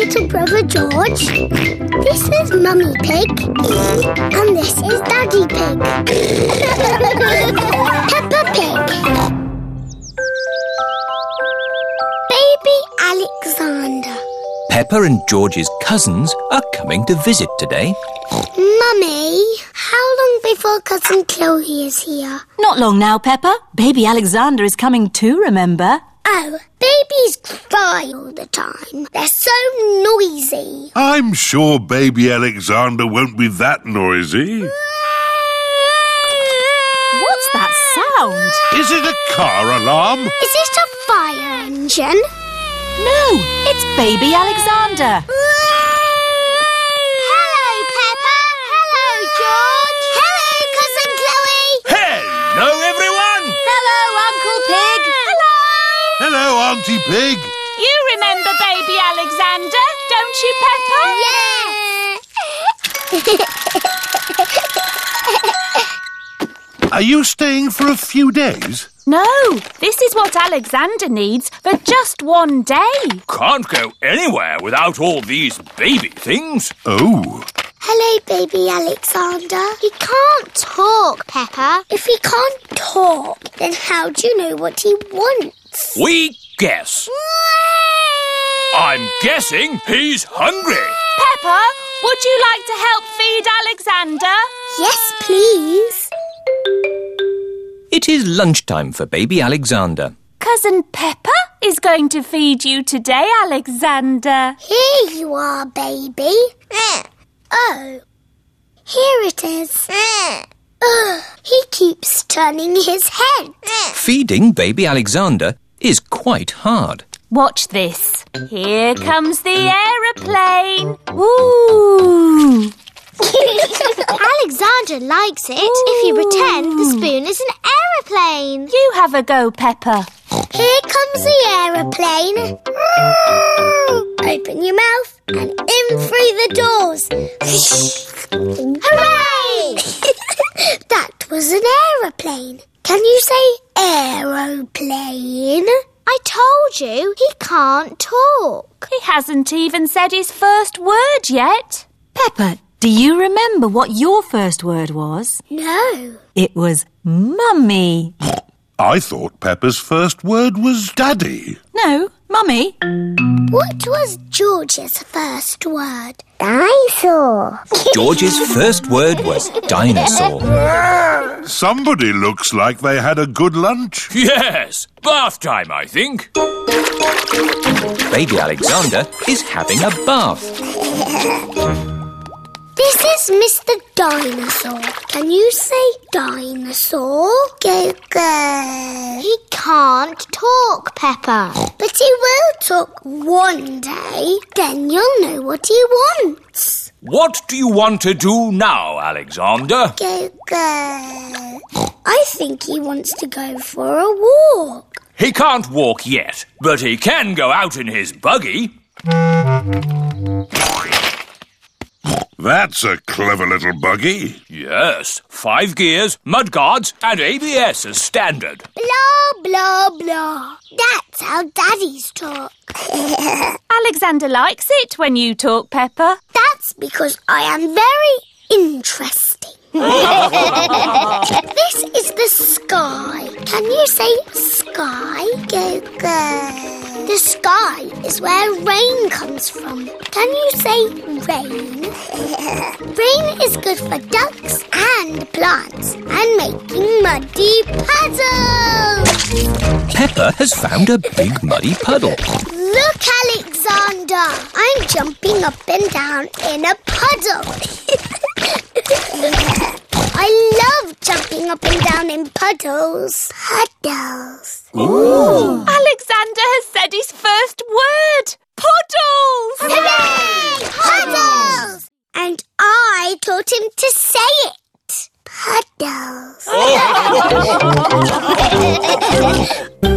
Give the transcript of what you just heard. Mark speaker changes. Speaker 1: Uncle George. This is Mummy Pig. And this is Daddy Pig. Peppa Pig. Baby Alexander.
Speaker 2: Pepper and George's cousins are coming to visit today.
Speaker 1: Mummy, how long before Cousin Chloe is here?
Speaker 3: Not long now, Pepper. Baby Alexander is coming too, remember?
Speaker 1: Oh, babies cry all the time. They're so noisy.
Speaker 4: I'm sure baby Alexander won't be that noisy.
Speaker 3: What's that sound?
Speaker 4: Is it a car alarm?
Speaker 1: Is it a fire engine?
Speaker 3: No, it's baby Alexander.
Speaker 1: Hello, Peppa. Hello, George. Hello, Cousin Chloe.
Speaker 2: Hello, everyone!
Speaker 3: Hello, Uncle Pig. Hello.
Speaker 4: Hello, Auntie Pig.
Speaker 5: You remember baby Alexander, don't you, Peppa?
Speaker 4: Are you staying for a few days?
Speaker 5: No, this is what Alexander needs for just one day.
Speaker 2: Can't go anywhere without all these baby things.
Speaker 4: Oh,
Speaker 1: Hello, baby Alexander. He can't talk, Peppa. If he can't talk, then how do you know what he wants?
Speaker 2: We guess. I'm guessing he's hungry.
Speaker 5: Peppa, would you like to help feed Alexander?
Speaker 1: Yes, please.
Speaker 2: It is lunchtime for baby Alexander.
Speaker 5: Cousin Peppa is going to feed you today, Alexander.
Speaker 1: Here you are, baby. Oh, here it is. Uh. Ugh, he keeps turning his head.
Speaker 2: Feeding baby Alexander is quite hard.
Speaker 5: Watch this. Here comes the aeroplane. Ooh.
Speaker 1: Alexander likes it if you pretend the spoon is an aeroplane.
Speaker 5: You have a go, Peppa.
Speaker 1: Here comes the aeroplane. Open your mouth and in through the doors. Hooray! that was an aeroplane. Can you say aeroplane? I told you he can't talk.
Speaker 5: He hasn't even said his first word yet.
Speaker 3: Pepper, do you remember what your first word was?
Speaker 1: No.
Speaker 3: It was mummy.
Speaker 4: I thought Peppa's first word was daddy.
Speaker 3: No, mummy.
Speaker 1: What was George's first word? Dinosaur.
Speaker 2: George's first word was dinosaur.
Speaker 4: Somebody looks like they had a good lunch.
Speaker 6: Yes, bath time, I think.
Speaker 2: Baby Alexander is having a bath.
Speaker 1: This is Mr. Dinosaur. Can you say dinosaur? Go go. He can't talk, Pepper. But he will talk one day. Then you'll know what he wants.
Speaker 6: What do you want to do now, Alexander?
Speaker 1: Go go. I think he wants to go for a walk.
Speaker 6: He can't walk yet, but he can go out in his buggy.
Speaker 4: That's a clever little buggy.
Speaker 6: Yes, five gears, mudguards, and ABS as standard.
Speaker 1: Blah blah blah. That's how daddies talk.
Speaker 5: Alexander likes it when you talk, Peppa.
Speaker 1: That's because I am very interesting. this is the sky. Can you say sky? Go go. The sky is where rain comes from. Can you say rain? rain is good for ducks and plants and making muddy puddles.
Speaker 2: Pepper has found a big muddy puddle.
Speaker 1: Look, Alexander! I'm jumping up and down in a puddle. I love jumping up and down in puddles. Puddles.
Speaker 5: Alexander has said his first word. Puddles!
Speaker 1: Hooray! Puddles! And I taught him to say it. Puddles.